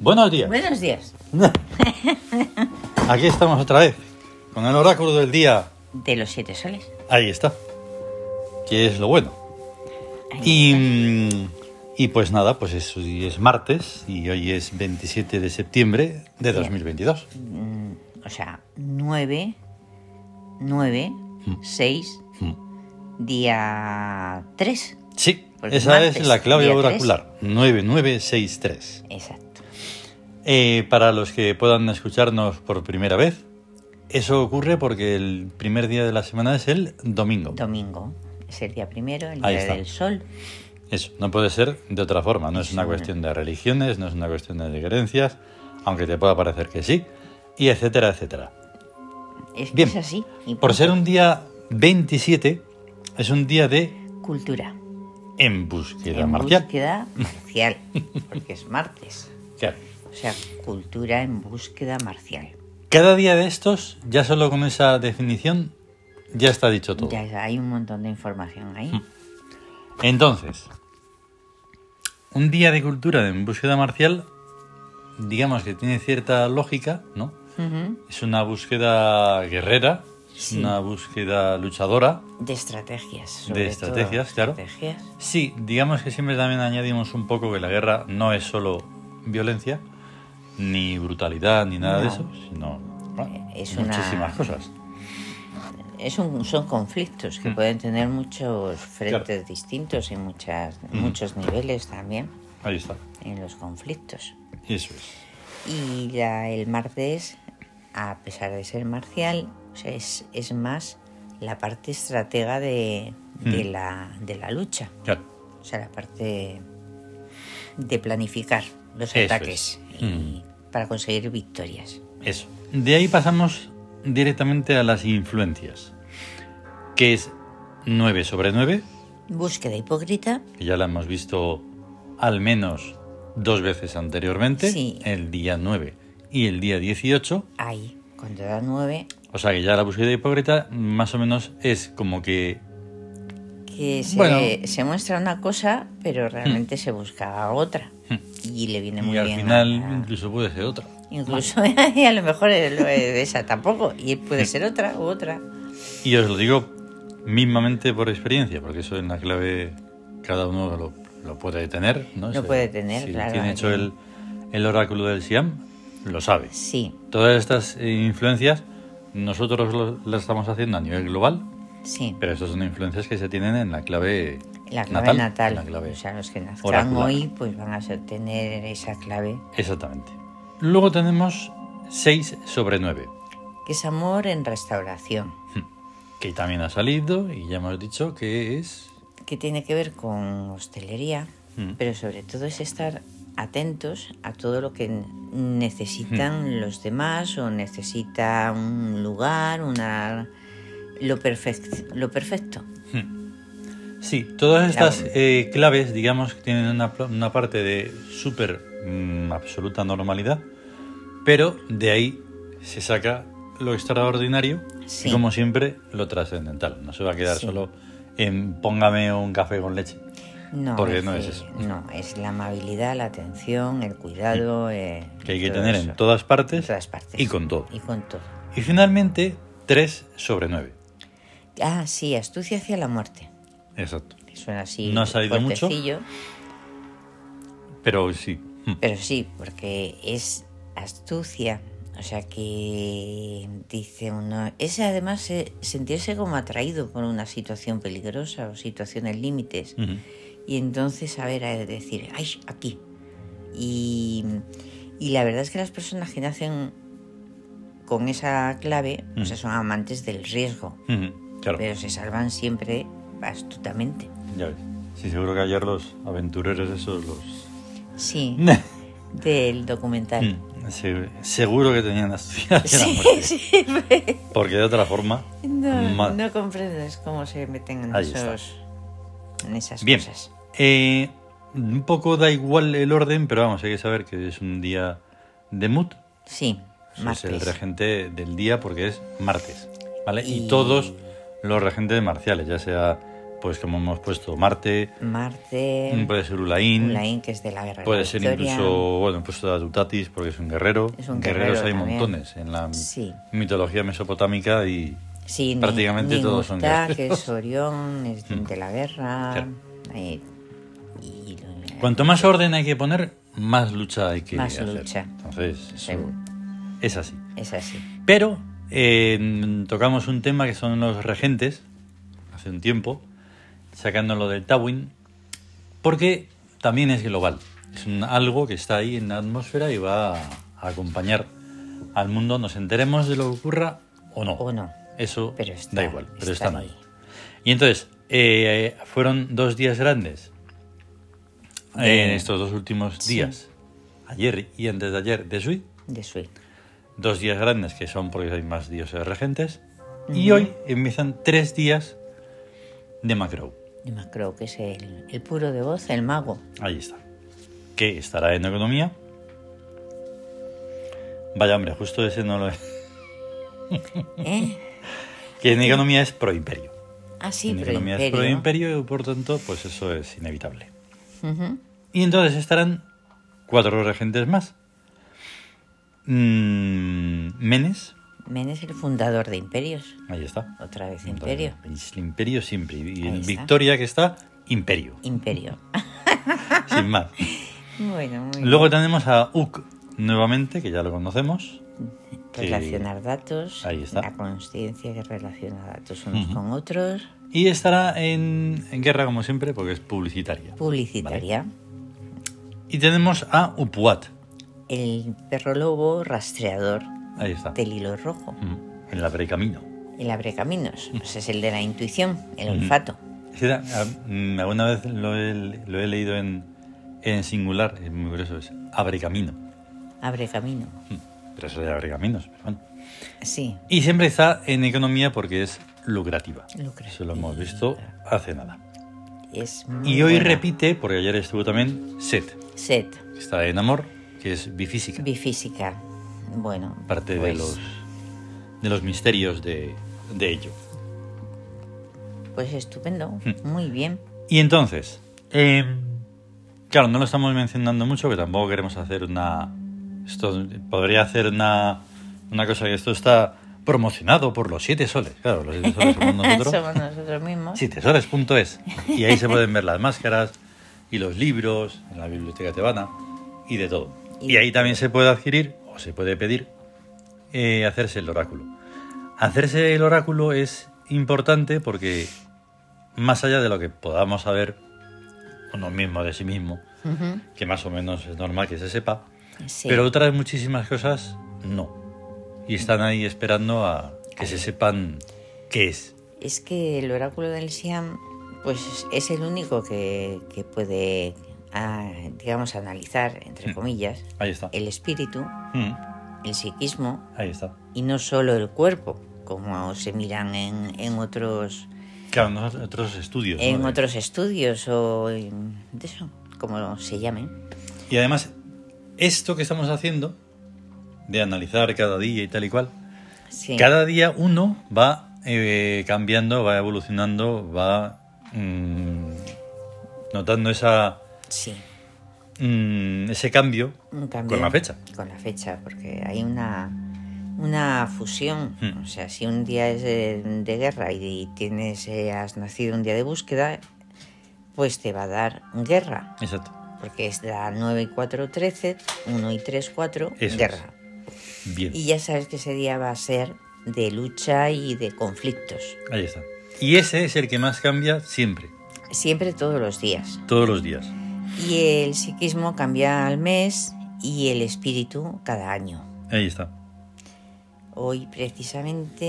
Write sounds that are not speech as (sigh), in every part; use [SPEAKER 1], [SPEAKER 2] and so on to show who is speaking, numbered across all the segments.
[SPEAKER 1] Buenos
[SPEAKER 2] (laughs)
[SPEAKER 1] días.
[SPEAKER 2] Buenos días.
[SPEAKER 1] Aquí estamos otra vez con el oráculo del día.
[SPEAKER 2] De los siete soles.
[SPEAKER 1] Ahí está. Que es lo bueno.
[SPEAKER 2] Ahí
[SPEAKER 1] Y,
[SPEAKER 2] está.
[SPEAKER 1] mm, y pues nada, pues es, hoy es martes y hoy es 27 de septiembre de 2022.
[SPEAKER 2] Mm, O sea, nueve, nueve,
[SPEAKER 1] Mm.
[SPEAKER 2] seis, día tres.
[SPEAKER 1] Sí,
[SPEAKER 2] Pues
[SPEAKER 1] esa es
[SPEAKER 2] martes,
[SPEAKER 1] la clave
[SPEAKER 2] día
[SPEAKER 1] oracular. 9963.
[SPEAKER 2] Exacto.
[SPEAKER 1] Eh, para los que puedan escucharnos por primera vez, eso ocurre porque el primer día de la semana es el domingo.
[SPEAKER 2] Domingo. Es el día primero, el
[SPEAKER 1] Ahí
[SPEAKER 2] día
[SPEAKER 1] está.
[SPEAKER 2] del sol.
[SPEAKER 1] Eso, no puede ser de otra forma. No es una cuestión de religiones, no es una cuestión de creencias, aunque te pueda parecer que sí, y etcétera, etcétera.
[SPEAKER 2] Es, que
[SPEAKER 1] Bien.
[SPEAKER 2] es así. Y
[SPEAKER 1] Por ser un día 27, es un día de
[SPEAKER 2] Cultura.
[SPEAKER 1] en búsqueda
[SPEAKER 2] en
[SPEAKER 1] marcial.
[SPEAKER 2] búsqueda
[SPEAKER 1] (laughs)
[SPEAKER 2] marcial. Porque es martes.
[SPEAKER 1] Claro.
[SPEAKER 2] O sea, cultura en búsqueda marcial.
[SPEAKER 1] Cada día de estos, ya solo con esa definición, ya está dicho todo.
[SPEAKER 2] Ya ya hay un montón de información ahí.
[SPEAKER 1] Entonces, un día de cultura en búsqueda marcial, digamos que tiene cierta lógica, ¿no?
[SPEAKER 2] Ujú.
[SPEAKER 1] Es una búsqueda guerrera, es
[SPEAKER 2] Sí.
[SPEAKER 1] una búsqueda luchadora.
[SPEAKER 2] De estrategias. sobre todo,
[SPEAKER 1] estrategias, claro.
[SPEAKER 2] Estrategias.
[SPEAKER 1] Sí, digamos que siempre también añadimos un poco que la guerra no es solo violencia, ni brutalidad, ni nada de
[SPEAKER 2] No. Eh,
[SPEAKER 1] eso, sino bueno,
[SPEAKER 2] Es una-
[SPEAKER 1] muchísimas cosas.
[SPEAKER 2] Es un- son conflictos que pueden tener muchos frentes
[SPEAKER 1] Mm. Claro. Mm.
[SPEAKER 2] distintos y muchas, muchos niveles también
[SPEAKER 1] Ahí está,
[SPEAKER 2] en los conflictos.
[SPEAKER 1] eso es.
[SPEAKER 2] Y la- el martes, a pesar de ser marcial, o sea, es, es más la parte estratega de,
[SPEAKER 1] Mm.
[SPEAKER 2] de la, de la lucha,
[SPEAKER 1] Claro.
[SPEAKER 2] o sea, la parte de planificar los
[SPEAKER 1] Eso
[SPEAKER 2] ataques
[SPEAKER 1] es. Mm.
[SPEAKER 2] y- para conseguir victorias.
[SPEAKER 1] Eso. De ahí pasamos directamente a las influencias, que es 9 sobre 9,
[SPEAKER 2] Búsqueda hipócrita,
[SPEAKER 1] que ya la hemos visto al menos dos veces anteriormente,
[SPEAKER 2] Sí.
[SPEAKER 1] el día 9 y el día 18.
[SPEAKER 2] ahí, cuando da nueve,
[SPEAKER 1] O sea que ya la búsqueda hipócrita más o menos es como que...
[SPEAKER 2] que se,
[SPEAKER 1] Bueno. Hmm.
[SPEAKER 2] se muestra una cosa, pero realmente se busca otra. Y le viene muy
[SPEAKER 1] y al
[SPEAKER 2] bien.
[SPEAKER 1] final
[SPEAKER 2] a-
[SPEAKER 1] incluso puede ser otra.
[SPEAKER 2] Incluso (laughs) y a lo mejor el- esa tampoco. Y
[SPEAKER 1] Hmm.
[SPEAKER 2] puede ser otra u otra.
[SPEAKER 1] Y os lo digo mismamente por experiencia, porque eso en la clave cada uno lo, lo puede tener, ¿no?
[SPEAKER 2] Lo puede tener,
[SPEAKER 1] si
[SPEAKER 2] claro,
[SPEAKER 1] tiene hecho el,
[SPEAKER 2] alguien.
[SPEAKER 1] el oráculo del Siam, lo sabe.
[SPEAKER 2] Sí,
[SPEAKER 1] Todas estas eh, influencias nosotros lo- las estamos haciendo a nivel global,
[SPEAKER 2] sí.
[SPEAKER 1] pero estas son influencias que se tienen en la clave,
[SPEAKER 2] La clave natal.
[SPEAKER 1] en la clave-
[SPEAKER 2] O sea, los que nazcan
[SPEAKER 1] oracular.
[SPEAKER 2] hoy pues van a ser- tener esa clave.
[SPEAKER 1] Exactamente. Luego tenemos 6 sobre 9,
[SPEAKER 2] Que es amor en restauración.
[SPEAKER 1] que también ha salido y ya hemos dicho que es...
[SPEAKER 2] Que tiene que ver con hostelería.
[SPEAKER 1] Mm.
[SPEAKER 2] Pero sobre todo es estar atentos a todo lo que necesitan
[SPEAKER 1] Mm.
[SPEAKER 2] los demás o necesita un lugar, una lo perfecto, lo perfecto.
[SPEAKER 1] hmm. Sí, todas
[SPEAKER 2] Claro.
[SPEAKER 1] estas eh, claves, digamos, que tienen una, pl- una parte de súper mm, absoluta normalidad, pero de ahí se saca lo extraordinario
[SPEAKER 2] Sí.
[SPEAKER 1] y, como siempre, lo trascendental. No se va a quedar
[SPEAKER 2] Sí.
[SPEAKER 1] solo en póngame un café con leche.
[SPEAKER 2] No,
[SPEAKER 1] Porque no es
[SPEAKER 2] eh,
[SPEAKER 1] eso.
[SPEAKER 2] No, es la amabilidad, la atención, el cuidado. eh,
[SPEAKER 1] Mm. Que hay que
[SPEAKER 2] todo
[SPEAKER 1] tener
[SPEAKER 2] eso.
[SPEAKER 1] en todas
[SPEAKER 2] En
[SPEAKER 1] partes,
[SPEAKER 2] todas partes.
[SPEAKER 1] y con todo.
[SPEAKER 2] Y con todo.
[SPEAKER 1] Y finalmente, 3 sobre 9.
[SPEAKER 2] Ah, sí, astucia hacia la muerte.
[SPEAKER 1] Exacto.
[SPEAKER 2] Que Suena así.
[SPEAKER 1] No ha salido mucho.
[SPEAKER 2] fuertecillo,
[SPEAKER 1] Pero sí. mm,
[SPEAKER 2] Pero sí, porque es astucia. O sea que dice uno. Es además eh, sentirse como atraído por una situación peligrosa o situaciones límites.
[SPEAKER 1] ujú.
[SPEAKER 2] Y entonces saber a decir, ¡ay, aquí! Y, y la verdad es que las personas que nacen con esa clave, o sea, son amantes del riesgo,
[SPEAKER 1] Ujú, Mm. Claro.
[SPEAKER 2] pero se salvan siempre astutamente.
[SPEAKER 1] Ya ves. Sí, seguro que ayer los aventureros esos
[SPEAKER 2] (laughs)
[SPEAKER 1] los...
[SPEAKER 2] Sí, del documental.
[SPEAKER 1] Mm, se- seguro que tenían astucia de la
[SPEAKER 2] Sí,
[SPEAKER 1] muerte,
[SPEAKER 2] sí,
[SPEAKER 1] Porque de otra forma.
[SPEAKER 2] no,
[SPEAKER 1] madre.
[SPEAKER 2] no comprendes cómo se meten en,
[SPEAKER 1] Ahí está.
[SPEAKER 2] esos, en esas
[SPEAKER 1] Bien.
[SPEAKER 2] cosas.
[SPEAKER 1] Eh, un poco da igual el orden, pero vamos, hay que saber que es un día de mood.
[SPEAKER 2] Sí,
[SPEAKER 1] Es el
[SPEAKER 2] martes.
[SPEAKER 1] regente del día porque es martes. ¿Vale? Y,
[SPEAKER 2] Y-
[SPEAKER 1] todos los regentes marciales, ya sea pues como hemos puesto, Marte,
[SPEAKER 2] Marte,
[SPEAKER 1] puede ser Ulain,
[SPEAKER 2] Lain, que es de la guerra. de
[SPEAKER 1] puede
[SPEAKER 2] la
[SPEAKER 1] ser
[SPEAKER 2] Em, Victoria.
[SPEAKER 1] incluso, bueno, pues Dutatis, porque es un guerrero.
[SPEAKER 2] Es un
[SPEAKER 1] Guerreros
[SPEAKER 2] guerrero
[SPEAKER 1] hay
[SPEAKER 2] también.
[SPEAKER 1] montones en la
[SPEAKER 2] Sí. Eh,
[SPEAKER 1] mitología mesopotámica y
[SPEAKER 2] Sí, Ni-
[SPEAKER 1] prácticamente
[SPEAKER 2] Ni
[SPEAKER 1] todos son
[SPEAKER 2] Gustá,
[SPEAKER 1] guerreros. Mm.
[SPEAKER 2] que es
[SPEAKER 1] (laughs)
[SPEAKER 2] Orión, es de la guerra.
[SPEAKER 1] Claro.
[SPEAKER 2] eh, y lo-
[SPEAKER 1] cuanto más orden hay que poner, más lucha hay que
[SPEAKER 2] pues Más
[SPEAKER 1] hacer.
[SPEAKER 2] lucha.
[SPEAKER 1] Entonces, eso
[SPEAKER 2] Seguro.
[SPEAKER 1] es así.
[SPEAKER 2] Es así.
[SPEAKER 1] Pero eh, tocamos un tema que son los regentes, hace un tiempo, sacándolo del Tawin, porque también es global. Es un- algo que está ahí en la atmósfera y va a, acompañar al mundo, nos enteremos de lo que ocurra o no.
[SPEAKER 2] O no.
[SPEAKER 1] Eso
[SPEAKER 2] Pero está-
[SPEAKER 1] da igual, pero
[SPEAKER 2] está
[SPEAKER 1] están ahí.
[SPEAKER 2] ahí.
[SPEAKER 1] Y entonces, eh, fueron dos días grandes eh, en
[SPEAKER 2] De-
[SPEAKER 1] estos dos últimos
[SPEAKER 2] Sí.
[SPEAKER 1] días, ayer y antes de ayer, de Sui
[SPEAKER 2] De Sui.
[SPEAKER 1] dos días grandes que son porque hay más dioses regentes y
[SPEAKER 2] Ujú.
[SPEAKER 1] hoy empiezan tres días de Macro.
[SPEAKER 2] Y más creo que es el, el puro de voz,
[SPEAKER 1] (laughs)
[SPEAKER 2] el mago.
[SPEAKER 1] Ahí está. Que estará en economía. Vaya hombre, justo ese no lo es.
[SPEAKER 2] ¿Eh?
[SPEAKER 1] (laughs) Que en economía es proimperio.
[SPEAKER 2] Ah, sí,
[SPEAKER 1] en
[SPEAKER 2] pero
[SPEAKER 1] economía es
[SPEAKER 2] imperio.
[SPEAKER 1] proimperio y por tanto, pues eso es inevitable.
[SPEAKER 2] Ujú.
[SPEAKER 1] Y entonces estarán cuatro regentes más. Mm, Menes,
[SPEAKER 2] Men es el fundador de imperios.
[SPEAKER 1] ahí está.
[SPEAKER 2] Otra vez imperio.
[SPEAKER 1] Entonces, imperio siempre. Y
[SPEAKER 2] Ahí
[SPEAKER 1] en
[SPEAKER 2] está.
[SPEAKER 1] Victoria que está, imperio.
[SPEAKER 2] Imperio.
[SPEAKER 1] Sin más.
[SPEAKER 2] (laughs) bueno, muy bien.
[SPEAKER 1] Luego tenemos a Uc nuevamente, que ya lo conocemos. que-
[SPEAKER 2] Relacionar datos.
[SPEAKER 1] Ahí está.
[SPEAKER 2] La consciencia que relaciona datos unos
[SPEAKER 1] Ujú.
[SPEAKER 2] con otros.
[SPEAKER 1] Y estará en, en guerra, como siempre, porque es publicitaria.
[SPEAKER 2] Publicitaria.
[SPEAKER 1] Y tenemos a Upuat.
[SPEAKER 2] El perro lobo rastreador
[SPEAKER 1] Ahí está.
[SPEAKER 2] del hilo rojo.
[SPEAKER 1] Mm, En la precamino.
[SPEAKER 2] El abre caminos. es el de la intuición, el olfato.
[SPEAKER 1] Era- a- mm, alguna vez lo he, lo he leído en, en singular, es muy curioso, es abre camino.
[SPEAKER 2] Abre camino.
[SPEAKER 1] Mm, Pero eso de abre caminos, pero bueno.
[SPEAKER 2] Sí.
[SPEAKER 1] Y siempre está en economía porque es lucrativa.
[SPEAKER 2] Lucrativa.
[SPEAKER 1] Eso lo hemos visto hace nada.
[SPEAKER 2] Es muy
[SPEAKER 1] Y hoy
[SPEAKER 2] buena.
[SPEAKER 1] repite, porque ayer estuvo también, Set,
[SPEAKER 2] Set.
[SPEAKER 1] que está en amor, que es bifísica.
[SPEAKER 2] Bifísica. Bueno.
[SPEAKER 1] parte de
[SPEAKER 2] pues,
[SPEAKER 1] los de los misterios de, de ello.
[SPEAKER 2] Pues estupendo. Muy bien.
[SPEAKER 1] Y entonces, eh, claro, no lo estamos mencionando mucho, que tampoco queremos hacer una. Esto podría hacer una, una cosa que esto está promocionado por los siete soles. Claro, los siete soles somos nosotros.
[SPEAKER 2] (laughs) Somos nosotros mismos.
[SPEAKER 1] Sietesoles.es. Y ahí se pueden ver las máscaras y los libros en la biblioteca tebana y de todo.
[SPEAKER 2] Y
[SPEAKER 1] Y ahí también se puede adquirir o se puede pedir eh, hacerse el oráculo. Hacerse el oráculo es importante porque más allá de lo que podamos saber uno mismo de sí mismo,
[SPEAKER 2] Ujú.
[SPEAKER 1] que más o menos es normal que se sepa,
[SPEAKER 2] Sí.
[SPEAKER 1] pero otras muchísimas cosas no. Y están ahí esperando a que se sepan qué es.
[SPEAKER 2] Es que el oráculo del Siam, pues es el único que, que puede, ah, digamos, analizar, entre comillas,
[SPEAKER 1] Ahí está.
[SPEAKER 2] el espíritu,
[SPEAKER 1] Mm,
[SPEAKER 2] el psiquismo
[SPEAKER 1] ahí está.
[SPEAKER 2] y no solo el cuerpo, como se miran en, en otros
[SPEAKER 1] Claro, en otros estudios.
[SPEAKER 2] en
[SPEAKER 1] ¿no? De-
[SPEAKER 2] otros estudios o en- de eso, como se llamen.
[SPEAKER 1] Y además, esto que estamos haciendo, de analizar cada día y tal y cual,
[SPEAKER 2] Sí.
[SPEAKER 1] cada día uno va eh, cambiando, va evolucionando, va mm, notando esa,
[SPEAKER 2] Sí.
[SPEAKER 1] mm, ese cambio
[SPEAKER 2] Un cambio.
[SPEAKER 1] con la fecha.
[SPEAKER 2] Con la fecha, porque hay una una fusión.
[SPEAKER 1] Hmm.
[SPEAKER 2] O sea, si un día es de, de guerra y tienes eh, has nacido un día de búsqueda, pues te va a dar guerra.
[SPEAKER 1] Exacto.
[SPEAKER 2] Porque es la 9 y 4, 13, 1 y 3, 4,
[SPEAKER 1] Eso es.
[SPEAKER 2] guerra.
[SPEAKER 1] Bien.
[SPEAKER 2] Y ya sabes que ese día va a ser de lucha y de conflictos.
[SPEAKER 1] Ahí está. Y ese es el que más cambia siempre,
[SPEAKER 2] Siempre todos los días.
[SPEAKER 1] todos los días.
[SPEAKER 2] Y el psiquismo cambia al mes y el espíritu cada año.
[SPEAKER 1] Ahí está.
[SPEAKER 2] Hoy precisamente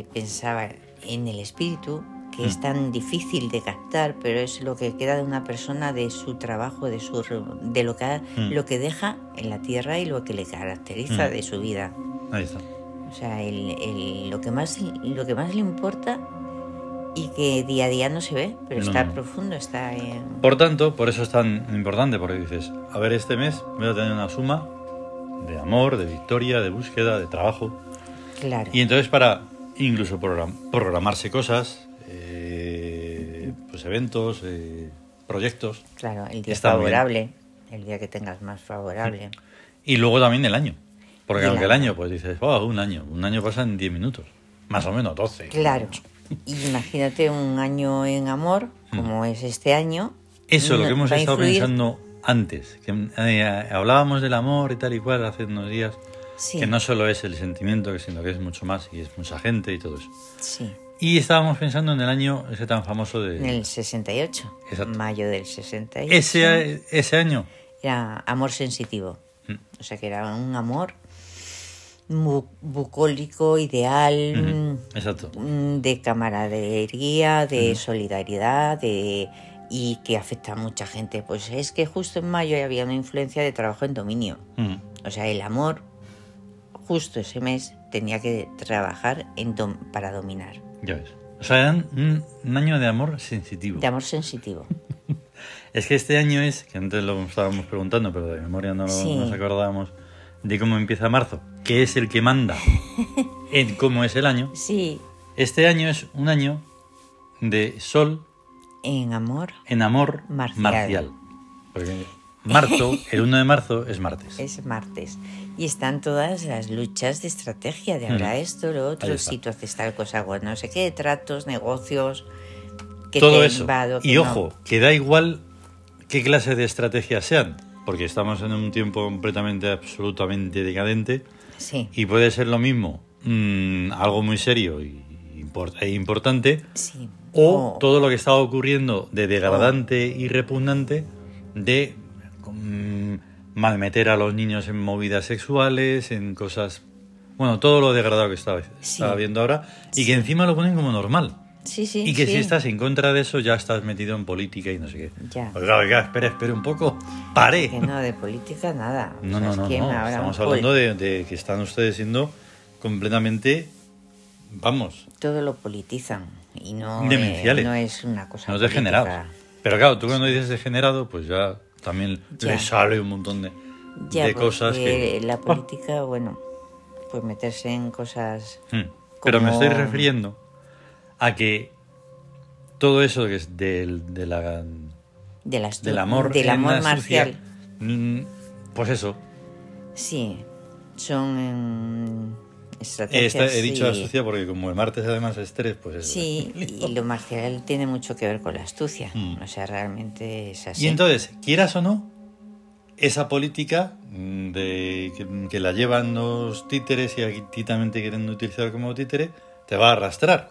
[SPEAKER 2] eh, pensaba en el espíritu, que es
[SPEAKER 1] Mm.
[SPEAKER 2] tan difícil de captar, pero es lo que queda de una persona de su trabajo, de, su, re- de lo, que, ha-
[SPEAKER 1] Mm.
[SPEAKER 2] lo que deja en la tierra y lo que le caracteriza
[SPEAKER 1] Mm.
[SPEAKER 2] de su vida.
[SPEAKER 1] Ahí está.
[SPEAKER 2] O sea, el- el- lo, que más, lo que más le importa y que día a día no se ve, pero
[SPEAKER 1] No,
[SPEAKER 2] está
[SPEAKER 1] no.
[SPEAKER 2] profundo, está en...
[SPEAKER 1] Por tanto, por eso es tan importante, porque dices, a ver, este mes voy a tener una suma de amor, de victoria, de búsqueda, de trabajo.
[SPEAKER 2] Claro.
[SPEAKER 1] Y entonces para incluso program- programarse cosas, eh, pues muchos eventos, eh, proyectos.
[SPEAKER 2] Claro, el día
[SPEAKER 1] Está bien.
[SPEAKER 2] favorable, el día que tengas más favorable.
[SPEAKER 1] Y luego también el año. Porque
[SPEAKER 2] Y el
[SPEAKER 1] aunque el año, pues dices, oh, un año. Un año pasa en 10 minutos. Más o menos 12.
[SPEAKER 2] Claro. Imagínate un año en amor, como es este año.
[SPEAKER 1] Mm. Eso es lo
[SPEAKER 2] no-
[SPEAKER 1] que hemos
[SPEAKER 2] va a
[SPEAKER 1] estado
[SPEAKER 2] Mm, influir-
[SPEAKER 1] pensando antes. Que, eh, hablábamos del amor y tal y cual hace unos días.
[SPEAKER 2] Sí,
[SPEAKER 1] Que no solo es el sentimiento, sino que es mucho más y es mucha gente y todo eso.
[SPEAKER 2] sí,
[SPEAKER 1] Y estábamos pensando en el año ese tan famoso de...
[SPEAKER 2] en el 68,
[SPEAKER 1] Exacto.
[SPEAKER 2] mayo del 68.
[SPEAKER 1] Ese, ese año.
[SPEAKER 2] Era amor sensitivo.
[SPEAKER 1] Mm.
[SPEAKER 2] O sea que era un amor bu- bucólico, ideal,
[SPEAKER 1] Ujú, Exacto.
[SPEAKER 2] mm, de camaradería, de solidaridad, de y que afecta a mucha gente. Pues es que justo en mayo había una influencia de trabajo en dominio.
[SPEAKER 1] Ujú,
[SPEAKER 2] O sea, el amor justo ese mes tenía que trabajar en dom- para dominar.
[SPEAKER 1] Ya ves. O sea, eran un, un año de amor sensitivo.
[SPEAKER 2] De amor sensitivo.
[SPEAKER 1] Es que este año es, que antes lo estábamos preguntando, pero de memoria no
[SPEAKER 2] Sí.
[SPEAKER 1] nos acordábamos de cómo empieza marzo, que es el que
[SPEAKER 2] (laughs)
[SPEAKER 1] manda en cómo es el año.
[SPEAKER 2] Sí,
[SPEAKER 1] Este año es un año de sol
[SPEAKER 2] en amor
[SPEAKER 1] en amor
[SPEAKER 2] Marcial.
[SPEAKER 1] marcial. Porque
[SPEAKER 2] (laughs)
[SPEAKER 1] marzo, el 1 de marzo es martes.
[SPEAKER 2] es martes. Y están todas las luchas de estrategia de ahora
[SPEAKER 1] Mm.
[SPEAKER 2] esto, lo
[SPEAKER 1] Ahí
[SPEAKER 2] otro,
[SPEAKER 1] está.
[SPEAKER 2] si tú haces tal cosa, bueno, no sé qué, tratos, negocios, que
[SPEAKER 1] Todo
[SPEAKER 2] te
[SPEAKER 1] eso.
[SPEAKER 2] invado, que
[SPEAKER 1] y
[SPEAKER 2] no.
[SPEAKER 1] ojo, que da igual qué clase de estrategias sean, porque estamos en un tiempo completamente, absolutamente decadente.
[SPEAKER 2] Sí,
[SPEAKER 1] Y puede ser lo mismo, mm, algo muy serio y import- e importante,
[SPEAKER 2] sí.
[SPEAKER 1] o
[SPEAKER 2] Oh,
[SPEAKER 1] todo lo que está ocurriendo de degradante y repugnante, de mm, malmeter a los niños en movidas sexuales, en cosas... Bueno, todo lo degradado que estaba, estaba viendo ahora, y que encima lo ponen como normal.
[SPEAKER 2] Sí, sí.
[SPEAKER 1] Y que
[SPEAKER 2] sí.
[SPEAKER 1] si estás en contra de eso, ya estás metido en política y no sé qué.
[SPEAKER 2] Ya.
[SPEAKER 1] Oiga, oiga, espera, espera un poco. ¡Pare!
[SPEAKER 2] Que no, de política nada. O
[SPEAKER 1] No,
[SPEAKER 2] sea,
[SPEAKER 1] no,
[SPEAKER 2] es
[SPEAKER 1] no,
[SPEAKER 2] que
[SPEAKER 1] no.
[SPEAKER 2] ahora
[SPEAKER 1] Estamos
[SPEAKER 2] un
[SPEAKER 1] hablando de, de que están ustedes siendo completamente, vamos,
[SPEAKER 2] todo lo politizan y no,
[SPEAKER 1] Demenciales.
[SPEAKER 2] eh, no es una cosa
[SPEAKER 1] no
[SPEAKER 2] política.
[SPEAKER 1] degenerados. Pero claro, tú cuando dices degenerado, pues ya también
[SPEAKER 2] Ya.
[SPEAKER 1] le sale un montón de,
[SPEAKER 2] Ya,
[SPEAKER 1] de cosas que...
[SPEAKER 2] porque
[SPEAKER 1] Ah.
[SPEAKER 2] la
[SPEAKER 1] Buah. (laughs)
[SPEAKER 2] política, bueno, pues meterse en cosas
[SPEAKER 1] Mm. Pero me
[SPEAKER 2] como-
[SPEAKER 1] estoy refiriendo a que todo eso que es del, de la-
[SPEAKER 2] de las
[SPEAKER 1] del amor,
[SPEAKER 2] del
[SPEAKER 1] en
[SPEAKER 2] amor
[SPEAKER 1] la sucia,
[SPEAKER 2] marcial.
[SPEAKER 1] mm, pues eso,
[SPEAKER 2] Sí, son em, estrategias.
[SPEAKER 1] Esta- he dicho
[SPEAKER 2] sí.
[SPEAKER 1] astucia porque como el martes además es tres, pues eso.
[SPEAKER 2] Sí,
[SPEAKER 1] (laughs)
[SPEAKER 2] y lo marcial tiene mucho que ver con la astucia.
[SPEAKER 1] Mm.
[SPEAKER 2] O sea, realmente es así.
[SPEAKER 1] Y entonces, quieras o no, esa política mm, de que, que la llevan los títeres y aquí también te quieren utilizar como títere, te va a arrastrar.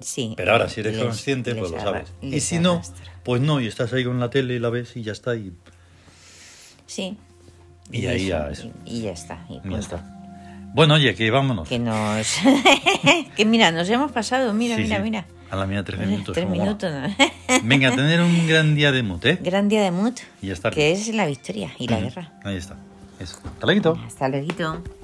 [SPEAKER 2] sí,
[SPEAKER 1] Pero ahora, si eres
[SPEAKER 2] les-
[SPEAKER 1] consciente,
[SPEAKER 2] les
[SPEAKER 1] pues lo
[SPEAKER 2] arra-
[SPEAKER 1] sabes. Y
[SPEAKER 2] les
[SPEAKER 1] si no,
[SPEAKER 2] arrastra.
[SPEAKER 1] pues no, y estás ahí con la tele y la ves y ya está. Y,
[SPEAKER 2] Sí.
[SPEAKER 1] y ahí ya
[SPEAKER 2] eso,
[SPEAKER 1] es.
[SPEAKER 2] Y ya está. y
[SPEAKER 1] Ya
[SPEAKER 2] punto.
[SPEAKER 1] está. Bueno, oye, que vámonos.
[SPEAKER 2] Pues Que nos. (laughs) que mira, nos hemos pasado. Mira,
[SPEAKER 1] Sí,
[SPEAKER 2] mira,
[SPEAKER 1] sí.
[SPEAKER 2] mira.
[SPEAKER 1] A la mía, tres
[SPEAKER 2] Tres
[SPEAKER 1] minutos. como mola.
[SPEAKER 2] minutos. (laughs) ¿no?
[SPEAKER 1] Venga, tener un gran día de mute. ¿eh?
[SPEAKER 2] Gran día de Mut.
[SPEAKER 1] Y ya está.
[SPEAKER 2] Que es la victoria (laughs) y la guerra.
[SPEAKER 1] Ahí está. Eso. Hasta luego.
[SPEAKER 2] Hasta luego.